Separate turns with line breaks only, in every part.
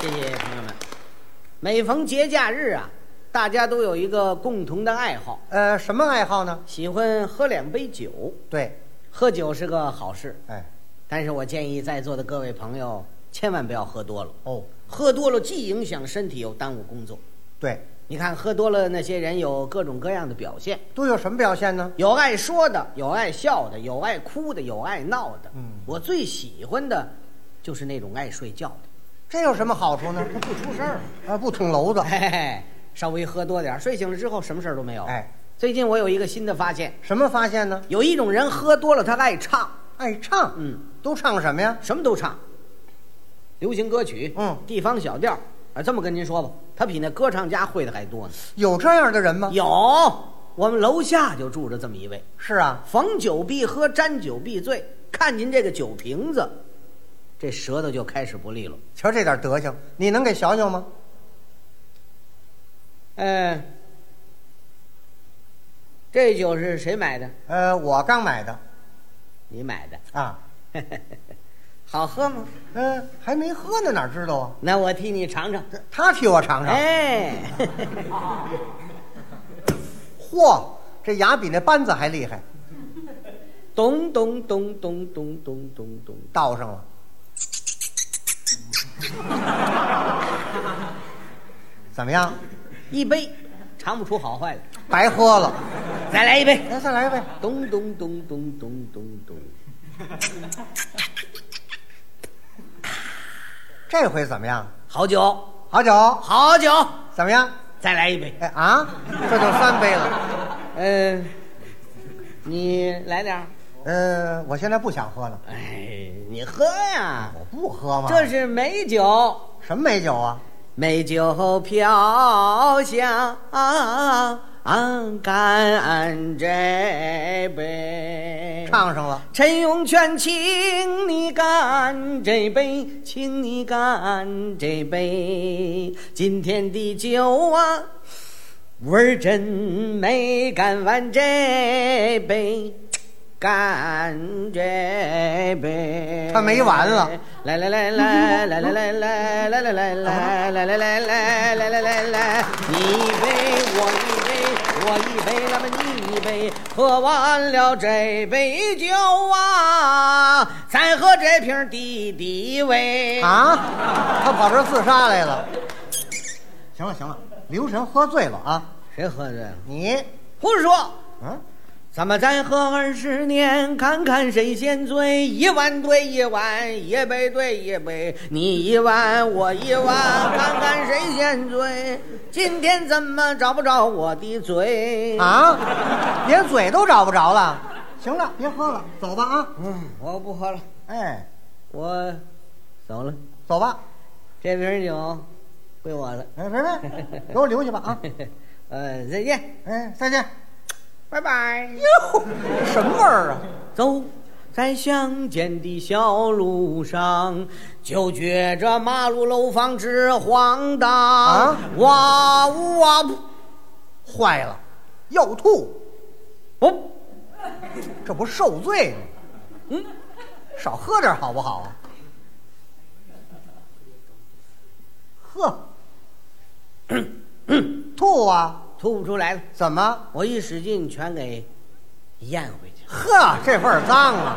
谢谢朋友们。每逢节假日啊，大家都有一个共同的爱好，
呃，什么爱好呢？
喜欢喝两杯酒。
对，
喝酒是个好事，
哎，
但是我建议在座的各位朋友千万不要喝多了。
哦，
喝多了既影响身体，又耽误工作。
对，
你看，喝多了那些人有各种各样的表现，
都有什么表现呢？
有爱说的，有爱笑的，有爱哭的，有爱闹的。
嗯
我最喜欢的，就是那种爱睡觉的，
这有什么好处呢？
不出事儿。哎
啊，不捅娄子。
嘿嘿，稍微喝多点儿，睡醒了之后什么事儿都没有。
哎，
最近我有一个新的发现，
什么发现呢？
有一种人喝多了，他爱唱，
爱唱，
嗯，
都唱什么呀？
什么都唱，流行歌曲，
嗯
地方小调儿。啊，这么跟您说吧，他比那歌唱家会的还多呢。
有这样的人吗？
有，我们楼下就住着这么一位，
是啊，
逢酒必喝，沾酒必醉。看您这个酒瓶子，这舌头就开始不利了。
瞧这点德行，你能给小小吗？呃
嗯，这酒是谁买的？
呃，我刚买的
你买的。
啊，
好喝吗？
呃，还没喝呢，哪知道啊？
那我替你尝尝。
这他替我尝尝。
哎，
嚯，这牙比那扳子还厉害，
咚咚咚咚咚咚咚咚，
倒上了。怎么样？
一杯，尝不出好坏来。
白喝了。
再来一杯，
来，哎再来一杯。
咚咚咚咚咚咚咚。
这回怎么样？
好酒，
好酒，
好酒，
怎么样？
再来一杯。
哎啊，这就三杯了。
嗯、你来点儿。
呃，我现在不想喝了，
哎，你喝呀，
我不喝吗？
这是美酒，
什么美酒啊？
美酒飘香。干这杯，
唱上了，
陈永泉，请你干这杯，请你干这杯，今天的酒啊，味儿真美，干完这杯。干这杯，
他没完了。
来来来来来来来来来来来来来来来来来来来来，你一杯我一杯我一杯，那么你一杯，喝完了这杯酒啊，再喝这瓶敌敌畏。
啊，他跑这儿自杀来了。行了行了，刘神喝醉了啊！
谁喝醉了？
你，
胡说！
嗯，
咱们再喝二十年，看看谁先醉。一碗对一碗，一杯对一杯，你一碗我一碗，看看谁先醉。今天怎么找不着我的嘴？
啊，连嘴都找不着了。行了，别喝了，走吧啊！
嗯，我不喝了，
哎，
我走了。
走吧，
这瓶酒哦归我了。
哎，别别，给我留下吧啊！
呃，再见，
哎，再见。
拜拜。
哟，什么味儿啊？
走在乡间的小路上，就觉着马路楼房之荒荡。
啊
哇呜哇噗
坏了，要吐，
噗，
这不受罪吗？
嗯，
少喝点好不好啊？ 呵，吐啊？
吐不出来了。
怎么？
我一使劲，全给咽回去了。
呵，这味儿脏啊！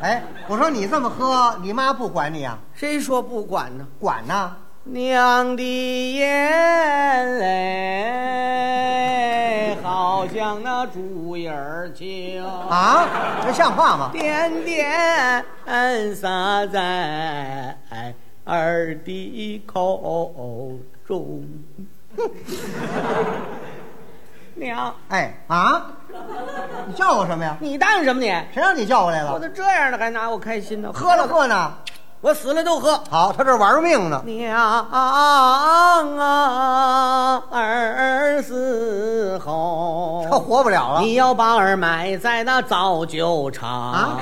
哎，我说你这么喝，你妈不管你啊？
谁说不管呢？
管呐？
娘的眼泪，好像那竹叶儿青。
啊，这像话吗？
点点洒在儿的口中。娘，
哎啊，你叫我什么呀？
你当什么你？
谁让你叫我来
我
了？
都这样了，还拿我开心呢？喝
喝了
了喝，
喝呢？
我死了都喝。
好，他这玩命呢。
娘啊，儿死后，
他活不了了。
你要把儿埋在那造酒厂，
啊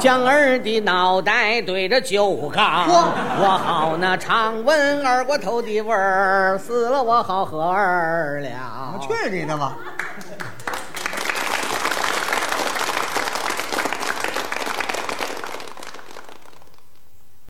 将儿的脑袋对着酒缸，
嚯
我好那尝闻二锅头的味儿，死了我好喝儿了。
我去你的吧！